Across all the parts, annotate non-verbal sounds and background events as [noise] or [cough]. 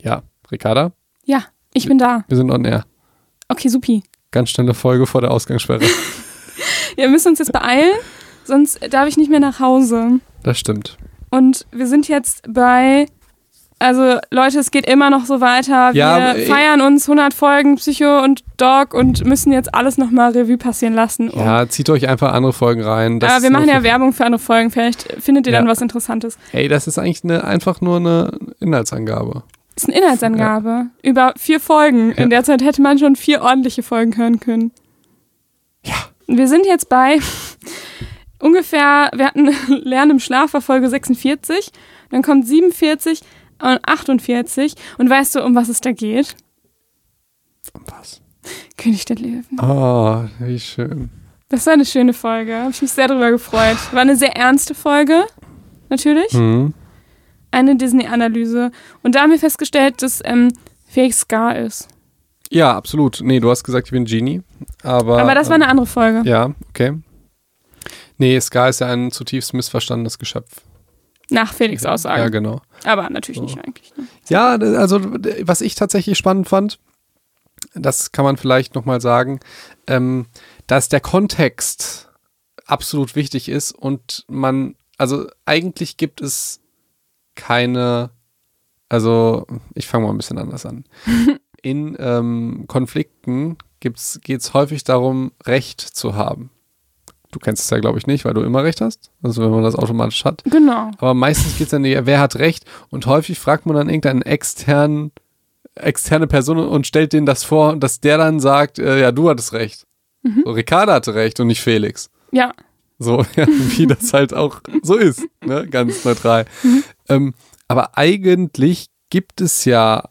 Ja, Ricarda, Ja, ich bin da. wir sind on air. Okay, supi. Ganz schnelle Folge vor der [laughs] Ausgangssperre. Wir müssen uns jetzt beeilen, sonst darf ich nicht mehr nach Hause. Das stimmt. Und wir sind jetzt bei. Also, Leute, es geht immer noch so weiter. Wir Ja, aber, äh, feiern uns 100 Folgen Psycho und Dog und müssen jetzt alles nochmal Revue passieren lassen. Ja, zieht euch einfach andere Folgen rein. Das Aber Ah, wir ist machen nur ja für- Werbung für andere Folgen. Vielleicht findet ihr Ja. dann was Interessantes. Ey, das ist eigentlich eine, einfach nur eine Inhaltsangabe. Ist eine Inhaltsangabe über vier Folgen. Ja. In der Zeit hätte man schon vier ordentliche Folgen hören können. Ja. Wir sind jetzt bei [laughs] ungefähr, wir hatten [laughs] Lernen im Schlaf war Folge 46, dann kommt 47 und 48 und weißt du, um was es da geht? Was? König der Löwen. Ah, wie schön. Das war eine schöne Folge, habe ich mich sehr darüber gefreut. War eine sehr ernste Folge, natürlich. Hm. Eine Disney-Analyse. Und da haben wir festgestellt, dass ähm, Felix Scar ist. Ja, absolut. Nee, du hast gesagt, ich bin Genie. Aber, ähm, Aber das war eine andere Folge. Äh, Ja, okay. Nee, Scar ist ja ein zutiefst missverstandenes Geschöpf. Nach Felix Aussagen. Ja, genau. Aber natürlich So. nicht eigentlich. Ne? Ja, d- also d- was ich tatsächlich spannend fand, das kann man vielleicht nochmal sagen, ähm, dass der Kontext absolut wichtig ist und man, also eigentlich gibt es keine, also ich fange mal ein bisschen anders an. In ähm, Konflikten geht es häufig darum, Recht zu haben. Du kennst es ja, glaube ich, nicht, weil du immer Recht hast. Also wenn man das automatisch hat. Genau. Aber meistens geht es dann, eher, wer hat recht? Und häufig fragt man dann irgendeinen externen, externe Person und stellt denen das vor, dass der dann sagt, äh, ja, du hattest recht. So, Ricarda hatte recht und nicht Felix. Ja, So, [laughs] ja, wie das halt auch so ist, ne? ganz neutral. Ähm, aber eigentlich gibt es ja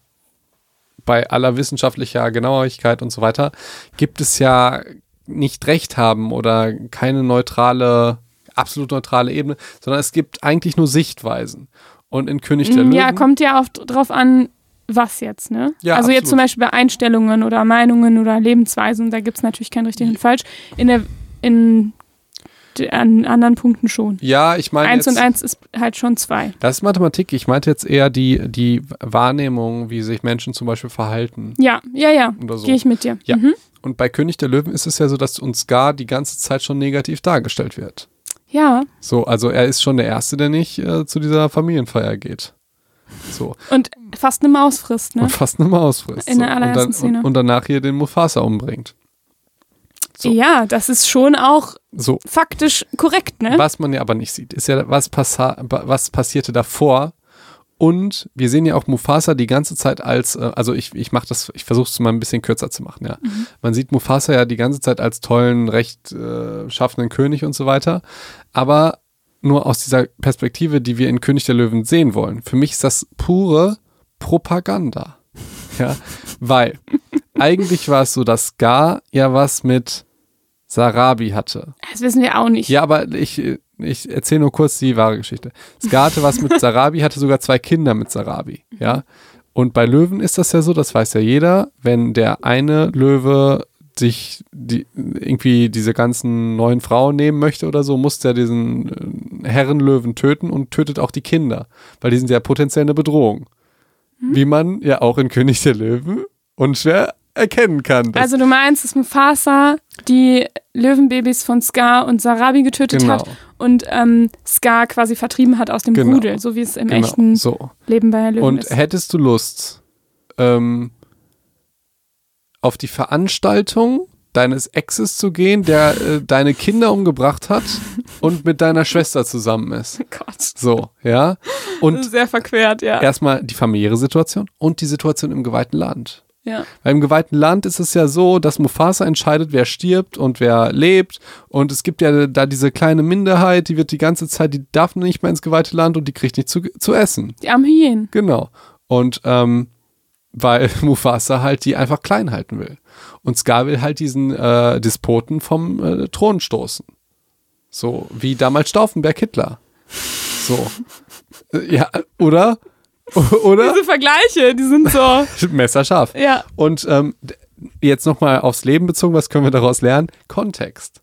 bei aller wissenschaftlicher Genauigkeit und so weiter, gibt es ja nicht Recht haben oder keine neutrale, absolut neutrale Ebene, sondern es gibt eigentlich nur Sichtweisen. Und in König der Mm, Löwen, ja kommt ja auch d- drauf an, was jetzt, ne? Ja, also jetzt absolut. zum Beispiel bei Einstellungen oder Meinungen oder Lebensweisen, da gibt es natürlich kein richtig und falsch. In der in d- an anderen Punkten schon. ja, ich meine, eins jetzt- und eins ist halt schon zwei. das ist Mathematik. Ich meinte jetzt eher die, die Wahrnehmung, wie sich Menschen zum Beispiel verhalten. Ja, ja, ja. Oder so. Gehe ich mit dir. Ja. Mhm. Und bei König der Löwen ist es ja so, dass uns Scar die ganze Zeit schon negativ dargestellt wird. Ja. So, also er ist schon der Erste, der nicht äh, zu dieser Familienfeier geht. So, Und fast eine Maus frisst, ne? und fast eine Maus frisst. In der so. allerersten und, dann, Szene. und, und danach hier den Mufasa umbringt. so. Ja, das ist schon auch So, faktisch korrekt, ne? was man ja aber nicht sieht, ist ja, was, passa ba- was passierte davor. Und wir sehen ja auch Mufasa die ganze Zeit als, äh, also ich, ich mache das, ich versuche es mal ein bisschen kürzer zu machen, ja. Man sieht Mufasa ja die ganze Zeit als tollen, recht äh, schaffenden König und so weiter. Aber nur aus dieser Perspektive, die wir in König der Löwen sehen wollen. Für mich ist das pure Propaganda. [laughs] Ja, weil eigentlich war es so, dass Scar ja was mit Sarabi hatte. Das wissen wir auch nicht. Ja, aber ich, ich erzähle nur kurz die wahre Geschichte. Scar hatte was [laughs] mit Sarabi, hatte sogar zwei Kinder mit Sarabi, ja. Und bei Löwen ist das ja so, das weiß ja jeder, wenn der eine Löwe sich die, irgendwie diese ganzen neuen Frauen nehmen möchte oder so, muss der diesen äh, Herrenlöwen töten und tötet auch die Kinder, weil die sind ja potenziell eine Bedrohung. Hm? Wie man ja auch in König der Löwen unschwer erkennen kann. dass- Also du meinst, dass Mufasa die Löwenbabys von Scar und Sarabi getötet Genau. hat und ähm, Scar quasi vertrieben hat aus dem Genau. Rudel, so wie es im genau, echten so. Leben bei Löwen Und ist. hättest du Lust ähm, auf die Veranstaltung deines Exes zu gehen, der äh, deine Kinder umgebracht hat und mit deiner Schwester zusammen ist? Oh [laughs] Gott, So, ja. das ist Und sehr verquert, ja. erstmal die familiäre Situation und die Situation im geweihten Land. ja. Weil im geweihten Land ist es ja so, dass Mufasa entscheidet, wer stirbt und wer lebt. Und es gibt ja da diese kleine Minderheit, die wird die ganze Zeit, die darf nicht mehr ins geweihte Land und die kriegt nicht zu, zu essen. Die armen Hyänen. Genau. Und ähm, weil [laughs] Mufasa halt die einfach klein halten will. Und Scar will halt diesen äh, Despoten vom äh, Thron stoßen. So wie damals Stauffenberg Hitler. So. [laughs] Äh, ja, oder? [laughs] [laughs] oder? Diese Vergleiche, die sind [laughs] so, Messerscharf. ja. Und ähm, d- jetzt nochmal aufs Leben bezogen, was können wir daraus lernen? Kontext.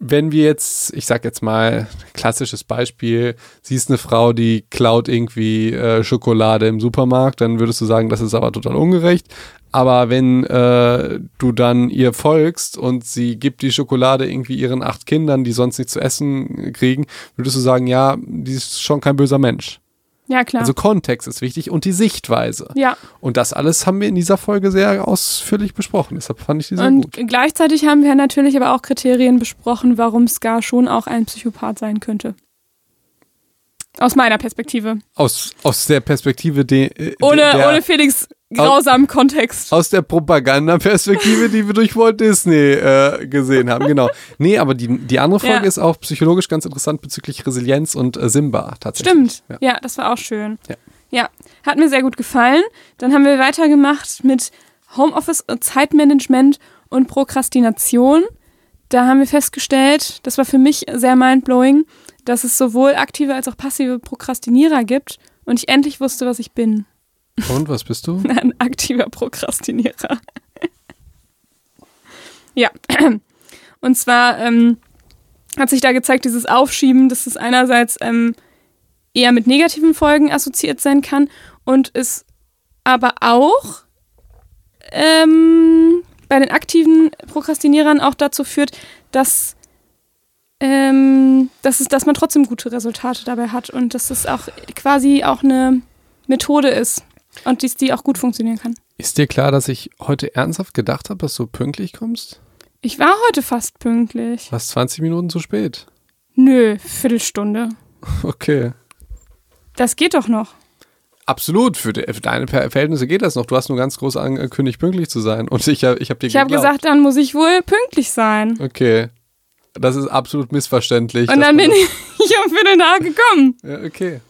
wenn wir jetzt, ich sag jetzt mal, klassisches Beispiel, siehst eine Frau, die klaut irgendwie äh, Schokolade im Supermarkt, dann würdest du sagen, das ist aber total ungerecht. Aber wenn äh, du dann ihr folgst und sie gibt die Schokolade irgendwie ihren acht Kindern, die sonst nichts zu essen kriegen, würdest du sagen, ja, die ist schon kein böser Mensch. Ja, klar. Also Kontext ist wichtig und die Sichtweise. ja. Und das alles haben wir in dieser Folge sehr ausführlich besprochen. Deshalb fand ich die so Und gut. gleichzeitig haben wir natürlich aber auch Kriterien besprochen, warum Scar schon auch ein Psychopath sein könnte. Aus meiner Perspektive. Aus, aus der Perspektive de, äh, Ohne, der, ohne Felix grausamen Kontext. aus der Propagandaperspektive, die wir durch Walt Disney äh, gesehen haben, genau. Nee, aber die, die andere Folge Ja. ist auch psychologisch ganz interessant bezüglich Resilienz und äh, Simba tatsächlich. Stimmt. Ja. Ja. das war auch schön. Ja. ja, hat mir sehr gut gefallen. Dann haben wir weitergemacht mit Homeoffice und Zeitmanagement und Prokrastination. Da haben wir festgestellt, das war für mich sehr mindblowing, dass es sowohl aktive als auch passive Prokrastinierer gibt und ich endlich wusste, was ich bin. Und was bist du? [laughs] Ein aktiver Prokrastinierer. [laughs] ja. Und zwar ähm, hat sich da gezeigt, dieses Aufschieben, dass es einerseits ähm, eher mit negativen Folgen assoziiert sein kann und es aber auch ähm, bei den aktiven Prokrastinierern auch dazu führt, dass, ähm, dass, es, dass man trotzdem gute Resultate dabei hat und dass es auch quasi auch eine Methode ist und dies, die auch gut funktionieren kann. Ist dir klar, dass ich heute ernsthaft gedacht habe, dass du pünktlich kommst? Ich war heute fast pünktlich. Du warst 20 Minuten zu spät. [laughs] Nö, Viertelstunde. Okay. Das geht doch noch. Absolut, für, de, für deine Per- Verhältnisse geht das noch. Du hast nur ganz groß angekündigt, pünktlich zu sein. Und ich, hab- ich habe dir Ich habe geglaubt. gesagt, dann muss ich wohl pünktlich sein. Okay. Das ist absolut missverständlich. und dass dann man bin [laughs] ich um Viertel nach gekommen. das, Ja, okay.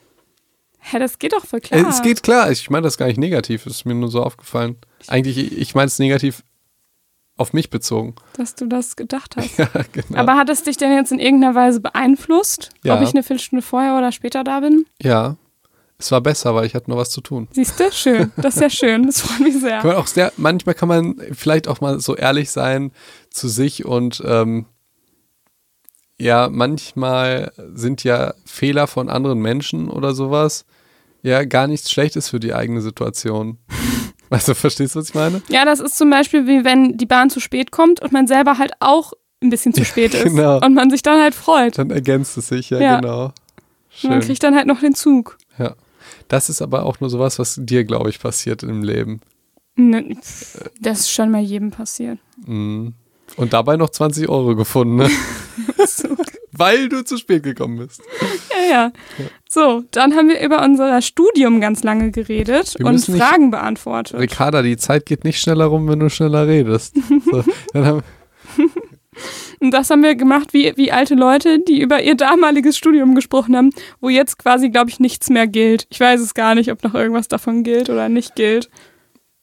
Hä, das geht doch voll Äh, klar. Es geht klar. Ich meine das gar nicht negativ. Es ist mir nur so aufgefallen. Eigentlich, ich- ich meine es negativ auf mich bezogen. [laughs] Dass du das gedacht hast. ja, genau. Aber hat es dich denn jetzt in irgendeiner Weise beeinflusst, Ja. ob ich eine Viertelstunde vorher oder später da bin? ja. Es war besser, weil ich hatte nur was zu tun. Siehst du? Schön. Das ist ja schön. Das freut mich sehr. Kann man auch sehr, manchmal kann man vielleicht auch mal so ehrlich sein zu sich und ähm, ja, manchmal sind ja Fehler von anderen Menschen oder sowas ja gar nichts Schlechtes für die eigene Situation. [laughs] Also verstehst du, was ich meine? Ja, das ist zum Beispiel wie wenn die Bahn zu spät kommt und man selber halt auch ein [laughs] bisschen zu spät ist. genau. Und man sich dann halt freut. Dann ergänzt es sich, ja, Ja. genau. Und man Schön. kriegt dann halt noch den Zug. Ja. Das ist aber auch nur sowas, was dir, glaube ich, passiert im Leben. Ne, pff, Das ist schon mal jedem passiert. Mhm. Und dabei noch 20 Euro gefunden, ne? [laughs] So. weil du zu spät gekommen bist. Ja, ja. So, dann haben wir über unser Studium ganz lange geredet Wir und müssen nicht- Fragen beantwortet. Ricarda, die Zeit geht nicht schneller rum, wenn du schneller redest. So, [laughs] dann haben, Und das haben wir gemacht wie, wie alte Leute, die über ihr damaliges Studium gesprochen haben, wo jetzt quasi, glaube ich, nichts mehr gilt. Ich weiß es gar nicht, ob noch irgendwas davon gilt oder nicht gilt.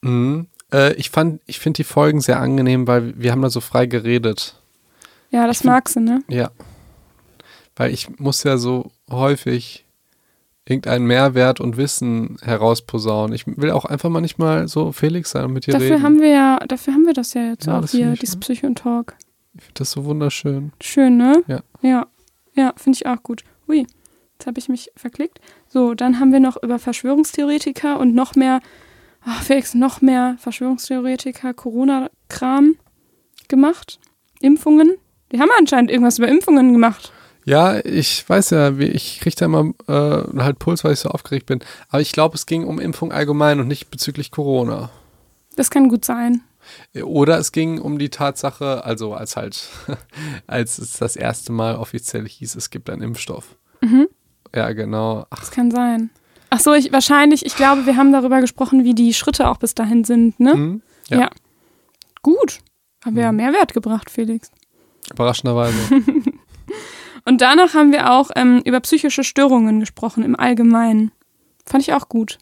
Mhm. äh, ich fand, ich finde die Folgen sehr angenehm, weil wir haben da so frei geredet. Ja, das magst du, ne? Ja. Weil ich muss ja so häufig irgendeinen Mehrwert und Wissen herausposaunen. Ich will auch einfach mal nicht mal so Felix sein und mit dir Dafür reden. haben wir ja, dafür haben wir das ja jetzt Ja, auch das find hier, ich, dieses ne? Psychontalk. ich finde das so wunderschön. Schön, ne? Ja. Ja, ja finde ich auch gut. Ui, jetzt habe ich mich verklickt. So, dann haben wir noch über Verschwörungstheoretiker und noch mehr, ach Felix, noch mehr Verschwörungstheoretiker, Corona-Kram gemacht. Impfungen. Die haben anscheinend irgendwas über Impfungen gemacht. Ja, ich weiß ja, wie- ich kriege da immer äh, halt Puls, weil ich so aufgeregt bin. Aber ich glaube, es ging um Impfung allgemein und nicht bezüglich Corona. Das kann gut sein. Oder es ging um die Tatsache, also als halt, [laughs] als es das erste Mal offiziell hieß, es gibt einen Impfstoff. Mhm. Ja, genau. Ach, Das kann sein. Ach so, ich, wahrscheinlich, ich glaube, wir haben darüber gesprochen, wie die Schritte auch bis dahin sind, ne? hm, ja. Mhm. Gut. Haben wir ja Mehrwert gebracht, Felix. überraschenderweise. Und danach haben wir auch ähm, über psychische Störungen gesprochen im Allgemeinen. Fand ich auch gut.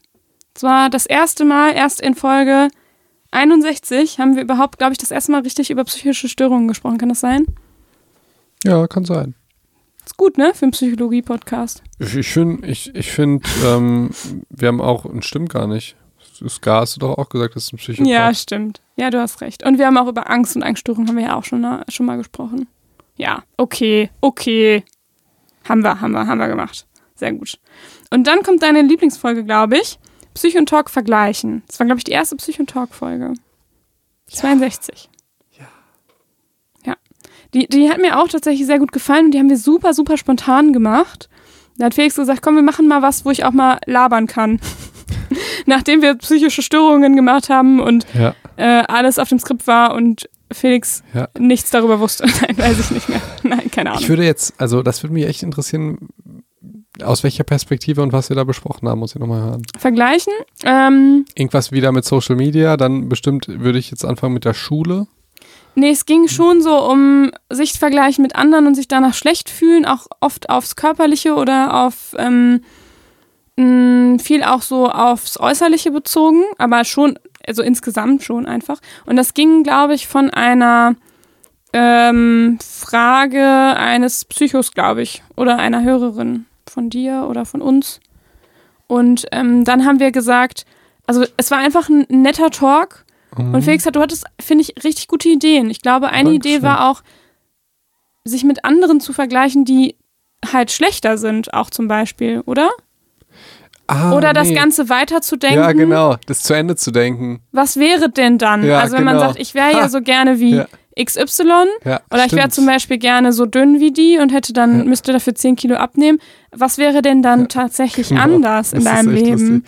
Es war das erste Mal, erst in Folge 61, haben wir überhaupt, glaube ich, das erste Mal richtig über psychische Störungen gesprochen. Kann das sein? ja, kann sein. Ist gut, ne? Für einen Psychologie-Podcast. Ich, ich finde, ich, ich find, ähm, wir haben auch, und stimmt gar nicht. Ska hast du doch auch gesagt, das ist ein Psychopath. Ja, stimmt. Ja, du hast recht. Und wir haben auch über Angst und Angststörungen haben wir ja auch schon, na, schon mal gesprochen. Ja, okay, okay. Haben wir, haben wir, haben wir gemacht. Sehr gut. Und dann kommt deine Lieblingsfolge, glaube ich. Psych und Talk vergleichen. Das war, glaube ich, die erste Psych und Talk Folge. 62. Ja. Ja. Die, die hat mir auch tatsächlich sehr gut gefallen und die haben wir super, super spontan gemacht. Da hat Felix gesagt, komm, wir machen mal was, wo ich auch mal labern kann. [laughs] Nachdem wir psychische Störungen gemacht haben und Ja. äh, alles auf dem Skript war und Felix Ja. nichts darüber wusste. [laughs] Nein, weiß ich nicht mehr. Nein, keine Ahnung. Ich würde jetzt, also das würde mich echt interessieren, aus welcher Perspektive und was wir da besprochen haben, muss ich nochmal hören. Vergleichen. Ähm, Irgendwas wieder mit Social Media, dann bestimmt würde ich jetzt anfangen mit der Schule. nee, es ging schon so um Sichtvergleich mit anderen und sich danach schlecht fühlen, auch oft aufs Körperliche oder auf ähm, mh, Mm, viel auch so aufs Äußerliche bezogen, aber schon, also insgesamt schon einfach. Und das ging, glaube ich, von einer ähm, Frage eines Psychos, glaube ich, oder einer Hörerin von dir oder von uns. Und ähm, dann haben wir gesagt, also es war einfach ein netter Talk. Und Felix hat, du hattest, finde ich, richtig gute Ideen. Ich glaube, eine Idee Dankeschön. war auch, sich mit anderen zu vergleichen, die halt schlechter sind, auch zum Beispiel, oder? Ah, Oder das nee. Ganze weiterzudenken. Ja, genau, das zu Ende zu denken. Was wäre denn dann? Ja, also wenn man genau. sagt, ich wäre ja Ha. so gerne wie Ja. XY Ja, oder ich wäre stimmt. zum Beispiel gerne so dünn wie die und hätte dann, müsste dafür 10 Kilo abnehmen. Was wäre denn dann tatsächlich Genau. anders Das ist in deinem echt Leben? lustig.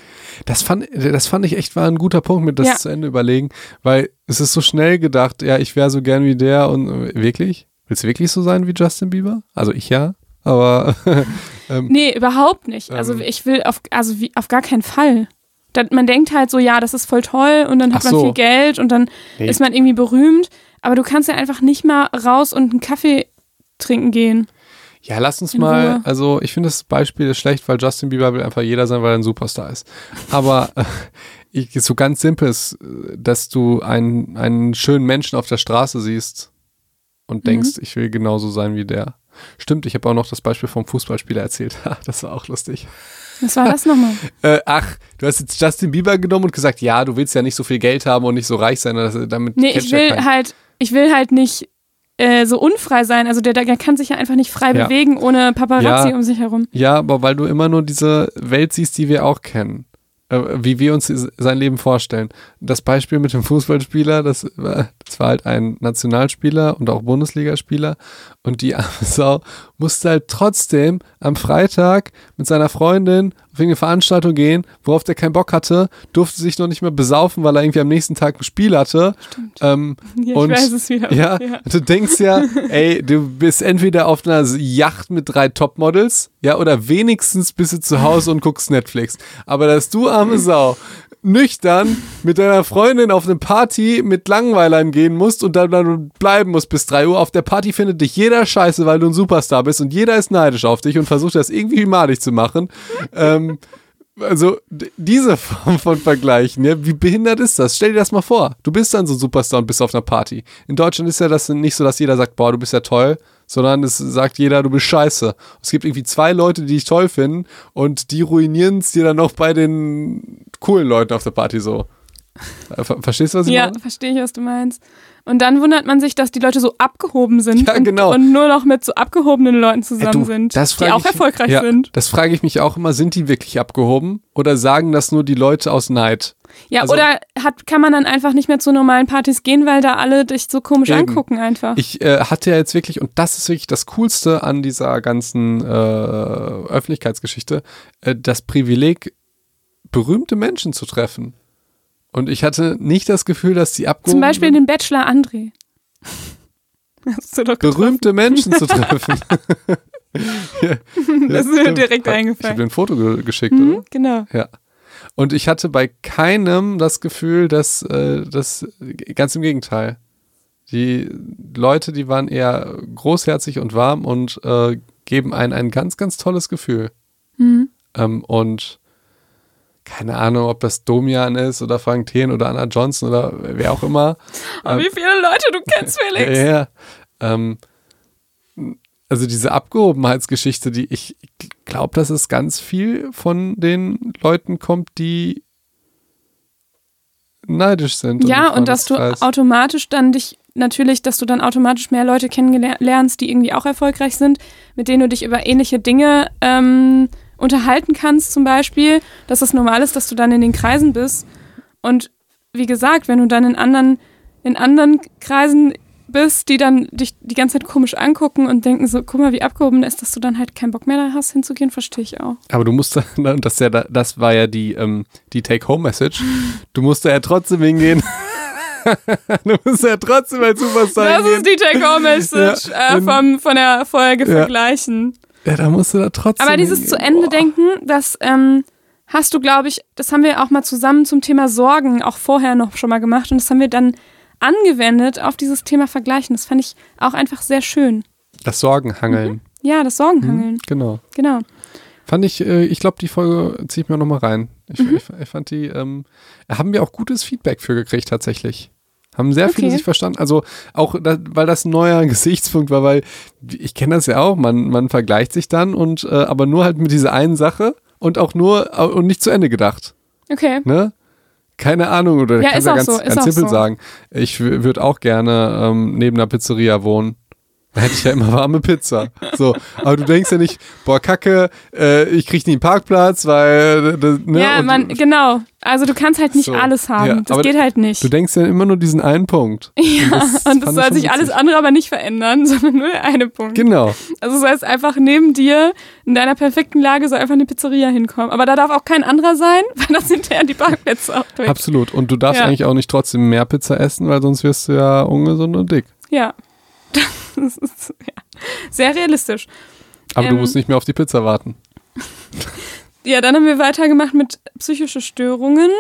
Das fand, das fand ich echt war ein guter Punkt mit das Ja. zu Ende überlegen, weil es ist so schnell gedacht, ja, ich wäre so gern wie der und äh, wirklich? Willst du wirklich so sein wie Justin Bieber? Also ich ja, aber [laughs] Nee, überhaupt nicht. Also Ähm. ich will auf, also wie, auf gar keinen Fall. Da, man denkt halt so, ja, das ist voll toll und dann hat Ach man so. viel Geld und dann Nee. ist man irgendwie berühmt. Aber du kannst ja einfach nicht mal raus und einen Kaffee trinken gehen. ja, lass uns In mal, Ruhe. also ich finde das Beispiel ist schlecht, weil Justin Bieber will einfach jeder sein, weil er ein Superstar ist. Aber [laughs] äh, ich, so ganz simpel ist, äh, dass du einen, einen schönen Menschen auf der Straße siehst Mhm. und denkst, ich will genauso sein wie der. Stimmt, ich habe auch noch das Beispiel vom Fußballspieler erzählt. [laughs] Das war auch lustig. Was war das nochmal? Äh, ach, du hast jetzt Justin Bieber genommen und gesagt, ja, du willst ja nicht so viel Geld haben und nicht so reich sein, dass, damit Nee, ich catcht ja will keinen. halt, ich will halt nicht äh, so unfrei sein. Also der, der kann sich ja einfach nicht frei Ja. bewegen ohne Paparazzi Ja. um sich herum. [laughs] Ja, aber weil du immer nur diese Welt siehst, die wir auch kennen. Äh, Wie wir uns sein Leben vorstellen. Das Beispiel mit dem Fußballspieler, das war, das war halt ein Nationalspieler und auch Bundesligaspieler. Und die arme [laughs] Sau musste halt trotzdem am Freitag mit seiner Freundin auf irgendeine Veranstaltung gehen, worauf der keinen Bock hatte, durfte sich noch nicht mehr besaufen, weil er irgendwie am nächsten Tag ein Spiel hatte. Stimmt. Ähm, [laughs] Ja, ich Und- weiß es wieder. ja, du denkst [laughs] ja, ey, du bist entweder auf einer Yacht mit drei Topmodels, ja, oder wenigstens bist du zu Hause und guckst Netflix. Aber dass du, [laughs] arme Sau, nüchtern mit deiner Freundin auf eine Party mit Langweilern gehen musst und dann- dann bleiben musst bis 3 Uhr. Auf der Party findet dich jeder scheiße, weil du ein Superstar bist und jeder ist neidisch auf dich und versucht das irgendwie malig zu machen. Ähm, also d- diese [laughs] Form von Vergleichen, ja, wie behindert ist das? Stell dir das mal vor. Du bist dann so ein Superstar und bist auf einer Party. In Deutschland ist ja das nicht so, dass jeder sagt, boah, du bist ja toll, sondern es sagt jeder, du bist scheiße. Es gibt irgendwie zwei Leute, die dich toll finden und die ruinieren es dir dann noch bei den coolen Leuten auf der Party so. Äh, ver- Verstehst du, was ich Ja, meine? verstehe ich, was du meinst. Und dann wundert man sich, dass die Leute so abgehoben sind Ja, und, genau. und nur noch mit so abgehobenen Leuten zusammen Ey, Äh, du, sind, das die frag auch ich- erfolgreich ja, sind. Das frage ich mich auch immer, sind die wirklich abgehoben oder sagen das nur die Leute aus Neid? Ja, also- oder hat, kann man dann einfach nicht mehr zu normalen Partys gehen, weil da alle dich so komisch Eben. angucken [laughs] einfach. Ich äh, hatte ja jetzt wirklich, und das ist wirklich das Coolste an dieser ganzen äh, Öffentlichkeitsgeschichte, äh, das Privileg, berühmte Menschen zu treffen. Und ich hatte nicht das Gefühl, dass die abgehoben Zum Beispiel sind, den Bachelor André. [laughs] Hast du doch getroffen. berühmte Menschen zu treffen. [laughs] Das ist mir stimmt. direkt Hab- Ich habe eingefallen. dir ein Foto ge geschickt, Hm? Genau. oder? Ja. Und ich hatte bei keinem das Gefühl, dass äh, das ganz im Gegenteil. Die Leute, die waren eher großherzig und warm und äh, geben einen ein ganz, ganz tolles Gefühl. Ähm, und keine Ahnung, ob das Domian ist oder Frank Thien oder Anna Johnson oder wer auch immer. Aber wie viele Leute du kennst, Felix? Ja, ja. Ähm, also diese Abgehobenheitsgeschichte, die ich glaube, dass es ganz viel von den Leuten kommt, die neidisch sind. im Ja, und dass du Freundeskreis. automatisch dann dich natürlich, dass du dann automatisch mehr Leute kennenlernst, die irgendwie auch erfolgreich sind, mit denen du dich über ähnliche Dinge ähm, unterhalten kannst, zum Beispiel, dass es normal ist, dass du dann in den Kreisen bist. Und wie gesagt, wenn du dann in anderen, in anderen Kreisen bist, die dann dich die ganze Zeit komisch angucken und denken so, guck mal, wie abgehoben das ist, dass du dann halt keinen Bock mehr da hast, hinzugehen, verstehe ich auch. Aber du musst [laughs] dann, das, ja, das war ja die, ähm, die Take-Home-Message, du musst da ja trotzdem hingehen. [laughs] du musst ja trotzdem als Superstar Das hingehen. ist die Take-Home-Message [laughs] Ja, äh, wenn- vom- von der Folge Ja. vergleichen. Ja, da musst du da trotzdem Aber dieses zu hingehen. Ende Boah. denken, das ähm, hast du, glaube ich, das haben wir auch mal zusammen zum Thema Sorgen auch vorher noch schon mal gemacht und das haben wir dann angewendet auf dieses Thema Vergleichen. Das fand ich auch einfach sehr schön. Das Sorgenhangeln. Ja, das Sorgenhangeln, Genau. genau. Fand ich, äh, ich glaube, die Folge ziehe ich mir nochmal rein. Ich, ich, ich fand die, ähm, haben wir auch gutes Feedback für gekriegt tatsächlich. Haben sehr viele Okay. sich verstanden. Also auch, da, weil das ein neuer [laughs] Gesichtspunkt war, weil ich kenne das ja auch, man, man vergleicht sich dann und äh, aber nur halt mit dieser einen Sache und auch nur äh, und nicht zu Ende gedacht. Okay. Ne? Keine Ahnung, oder ich Ja, kann ist ja auch ganz, so, ist ganz auch simpel so. sagen. Ich würde auch gerne ähm, neben einer Pizzeria wohnen. Da hätte ich ja immer [laughs] warme Pizza. So, aber du denkst ja nicht, boah, Kacke, äh, ich krieg nie einen Parkplatz, weil. äh, das- Ne? Ja, Und man, du, genau. Also du kannst halt nicht So. alles haben. Ja, das aber geht halt nicht. du denkst ja immer nur diesen einen Punkt. [laughs] ja, und fand ich das soll schon sich alles witzig. andere aber nicht verändern, [laughs] sondern nur der eine Punkt. [laughs] Genau. Also das heißt einfach neben dir, in deiner perfekten Lage, soll einfach eine Pizzeria hinkommen. Aber da darf auch kein anderer sein, [laughs] weil das sind ja die Parkplätze auch durch. Absolut. Und du darfst Ja. eigentlich auch nicht trotzdem mehr Pizza essen, weil sonst wirst du ja ungesund und dick. Ja. [laughs] Das ist ja, sehr realistisch. Aber du Ähm. musst nicht mehr auf die Pizza warten. Ja, dann haben wir weitergemacht mit psychische Störungen.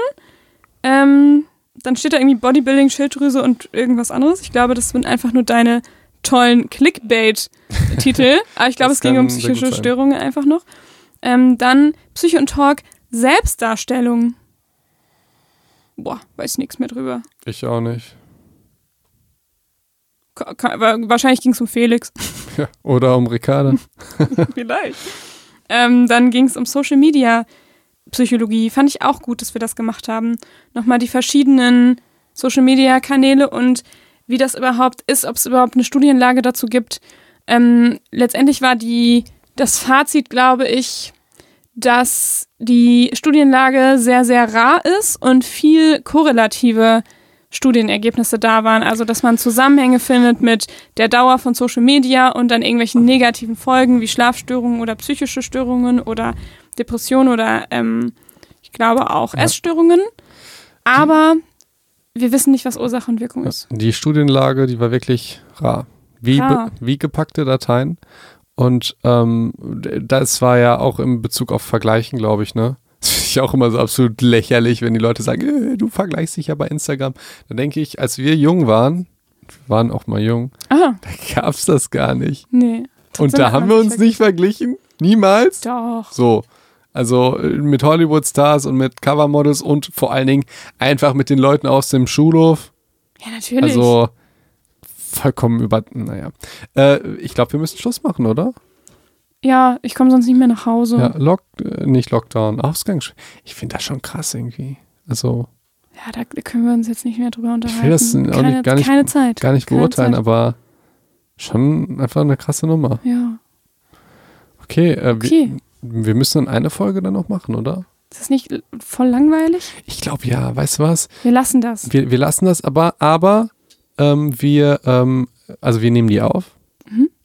Ähm, dann steht da irgendwie Bodybuilding, Schilddrüse und irgendwas anderes. Ich glaube, das sind einfach nur deine [laughs] tollen Clickbait-Titel. Aber ich glaube, Das es ging kann um sehr psychische gut sein. Störungen einfach noch. Ähm, dann Psycho und Talk, Selbstdarstellung. Boah, weiß nichts mehr drüber. Ich auch nicht. [laughs] Ka- ka- wa- Wahrscheinlich ging es um Felix. Ja. Oder um Ricarda. [laughs] Vielleicht. Ähm, dann ging es um Social Media Psychologie. Fand ich auch gut, dass wir das gemacht haben. Nochmal die verschiedenen Social Media Kanäle und wie das überhaupt ist, ob es überhaupt eine Studienlage dazu gibt. Ähm, letztendlich war die, das Fazit, glaube ich, dass die Studienlage sehr, sehr rar ist und viel korrelative Studienergebnisse da waren. Also, dass man Zusammenhänge findet mit der Dauer von Social Media und dann irgendwelchen negativen Folgen wie Schlafstörungen oder psychische Störungen oder Depressionen oder ähm, ich glaube auch Ja. Essstörungen. Aber wir wissen nicht, was Ursache und Wirkung Ja, ist. Die Studienlage, die war wirklich rar. Wie, Rar. be- wie gepackte Dateien. Und ähm, d- das war ja auch im Bezug auf Vergleichen, glaube ich, ne? Das finde ich auch immer so absolut lächerlich, wenn die Leute sagen, äh, du vergleichst dich ja bei Instagram. Dann denke ich, als wir jung waren, wir waren auch mal jung, Ah, da gab es das gar nicht. nee. Und da hat man haben wir sich uns nicht verglichen. Niemals. Doch. So. Also äh, mit Hollywood-Stars und mit Covermodels und vor allen Dingen einfach mit den Leuten aus dem Schulhof. Ja, natürlich. Also vollkommen über. Naja. Äh, ich glaube, wir müssen Schluss machen, oder? ja, ich komme sonst nicht mehr nach Hause. Ja, Ja, Lock, äh, nicht Lockdown, Ausgangs. Ich finde das schon krass irgendwie. Also da können wir uns jetzt nicht mehr drüber unterhalten. will das auch keine, nicht- gar nicht- keine Zeit. gar nicht Keine beurteilen, Zeit. aber schon einfach eine krasse Nummer. Ja. Okay, äh, Okay. Wir, wir müssen dann eine Folge dann noch machen, oder? Ist das nicht l- voll langweilig? Ich glaube ja, weißt du was? Wir lassen das. Wir, wir lassen das aber, aber ähm, wir, ähm, also wir nehmen die auf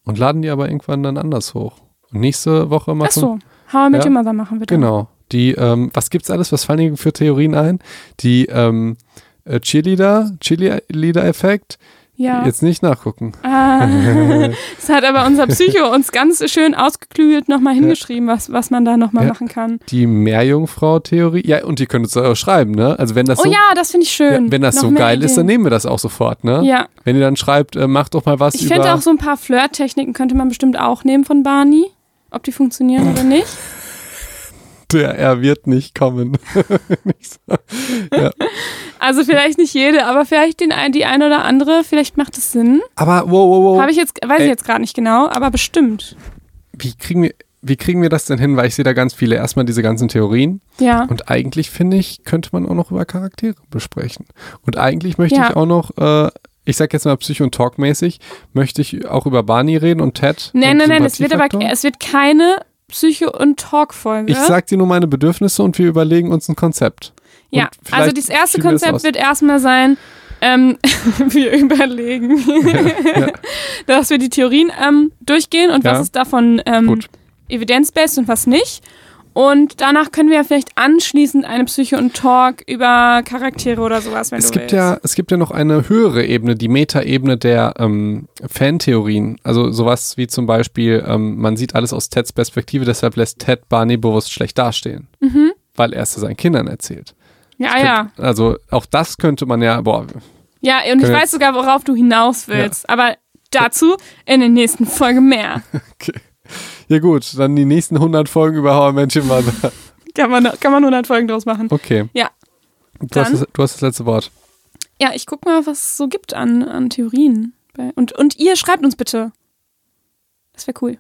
und laden die aber irgendwann dann anders hoch. Und nächste Woche machen Achso, How I Met Ja. Your Mother machen wir dann. Genau. Die, ähm, was gibt's alles? Was fallen dir für Theorien ein? Die ähm, äh, Cheerleader, Cheerleader-Effekt. Ja. Jetzt nicht nachgucken. [laughs] Ah, das hat aber unser Psycho uns ganz schön ausgeklügelt nochmal hingeschrieben, was, was man da nochmal Ja. machen kann. Die Meerjungfrau-Theorie. Ja, und die könnt ihr auch schreiben, ne? Also wenn das oh so, ja, das finde ich schön. ja, wenn das Noch so mehr geil ist, dann Ideen. nehmen wir das auch sofort, ne? Ja, Wenn ihr dann schreibt, äh, macht doch mal was ich fände über. auch so ein paar Flirttechniken könnte man bestimmt auch nehmen von Barney. Ob die funktionieren oder nicht. [laughs] der, er wird nicht kommen. Also vielleicht nicht jede, aber vielleicht den, ein- die eine oder andere. Vielleicht macht es Sinn. Aber wow, wow, wow. Habe ich jetzt, weiß Oh, Ey. ich jetzt gerade nicht genau, aber bestimmt. Wie kriegen wir. Wie kriegen wir das denn hin? Weil ich sehe da ganz viele. Erstmal diese ganzen Theorien. Ja. Und eigentlich finde ich, könnte man auch noch über Charaktere besprechen. Und eigentlich möchte Ja. ich auch noch äh, ich sag jetzt mal Psycho- und Talk-mäßig, möchte ich auch über Barney reden und Ted. Nein, und nein, nein, es wird aber Sympathiefaktor? es wird keine Psycho- und Talk-Folge. Ich sag dir nur meine Bedürfnisse und wir überlegen uns ein Konzept. ja, und also vielleicht das erste schieben wir es Konzept aus. wird erstmal sein, ähm, [laughs] wir [laughs] überlegen, dass wir die Theorien ähm, durchgehen und Ja. was ist davon ähm, Gut. evidenzbasiert und was nicht. Und danach können wir ja vielleicht anschließend eine Psycho- und Talk über Charaktere oder sowas, wenn Es du gibt willst. ja, es gibt ja noch eine höhere Ebene, die Meta-Ebene der ähm, Fantheorien. Also sowas wie zum Beispiel, ähm, man sieht alles aus Teds Perspektive, deshalb lässt Ted Barney bewusst schlecht dastehen. Weil er es seinen Kindern erzählt. ja, Mhm. ja. Könnte- Also auch das könnte man ja, boah, Ja, und ich Können wir weiß jetzt- sogar, worauf du hinaus willst. Aber dazu in der nächsten Folge mehr. okay. Ja gut, dann die nächsten 100 Folgen über How I Met Your Mother. [laughs] [laughs] Kann man, kann man 100 Folgen draus machen. Okay, Ja. du Dann- hast, das, du hast das letzte Wort. Ja, ich guck mal, was es so gibt an, an Theorien. Bei- Und, und ihr schreibt uns bitte. Das wäre cool.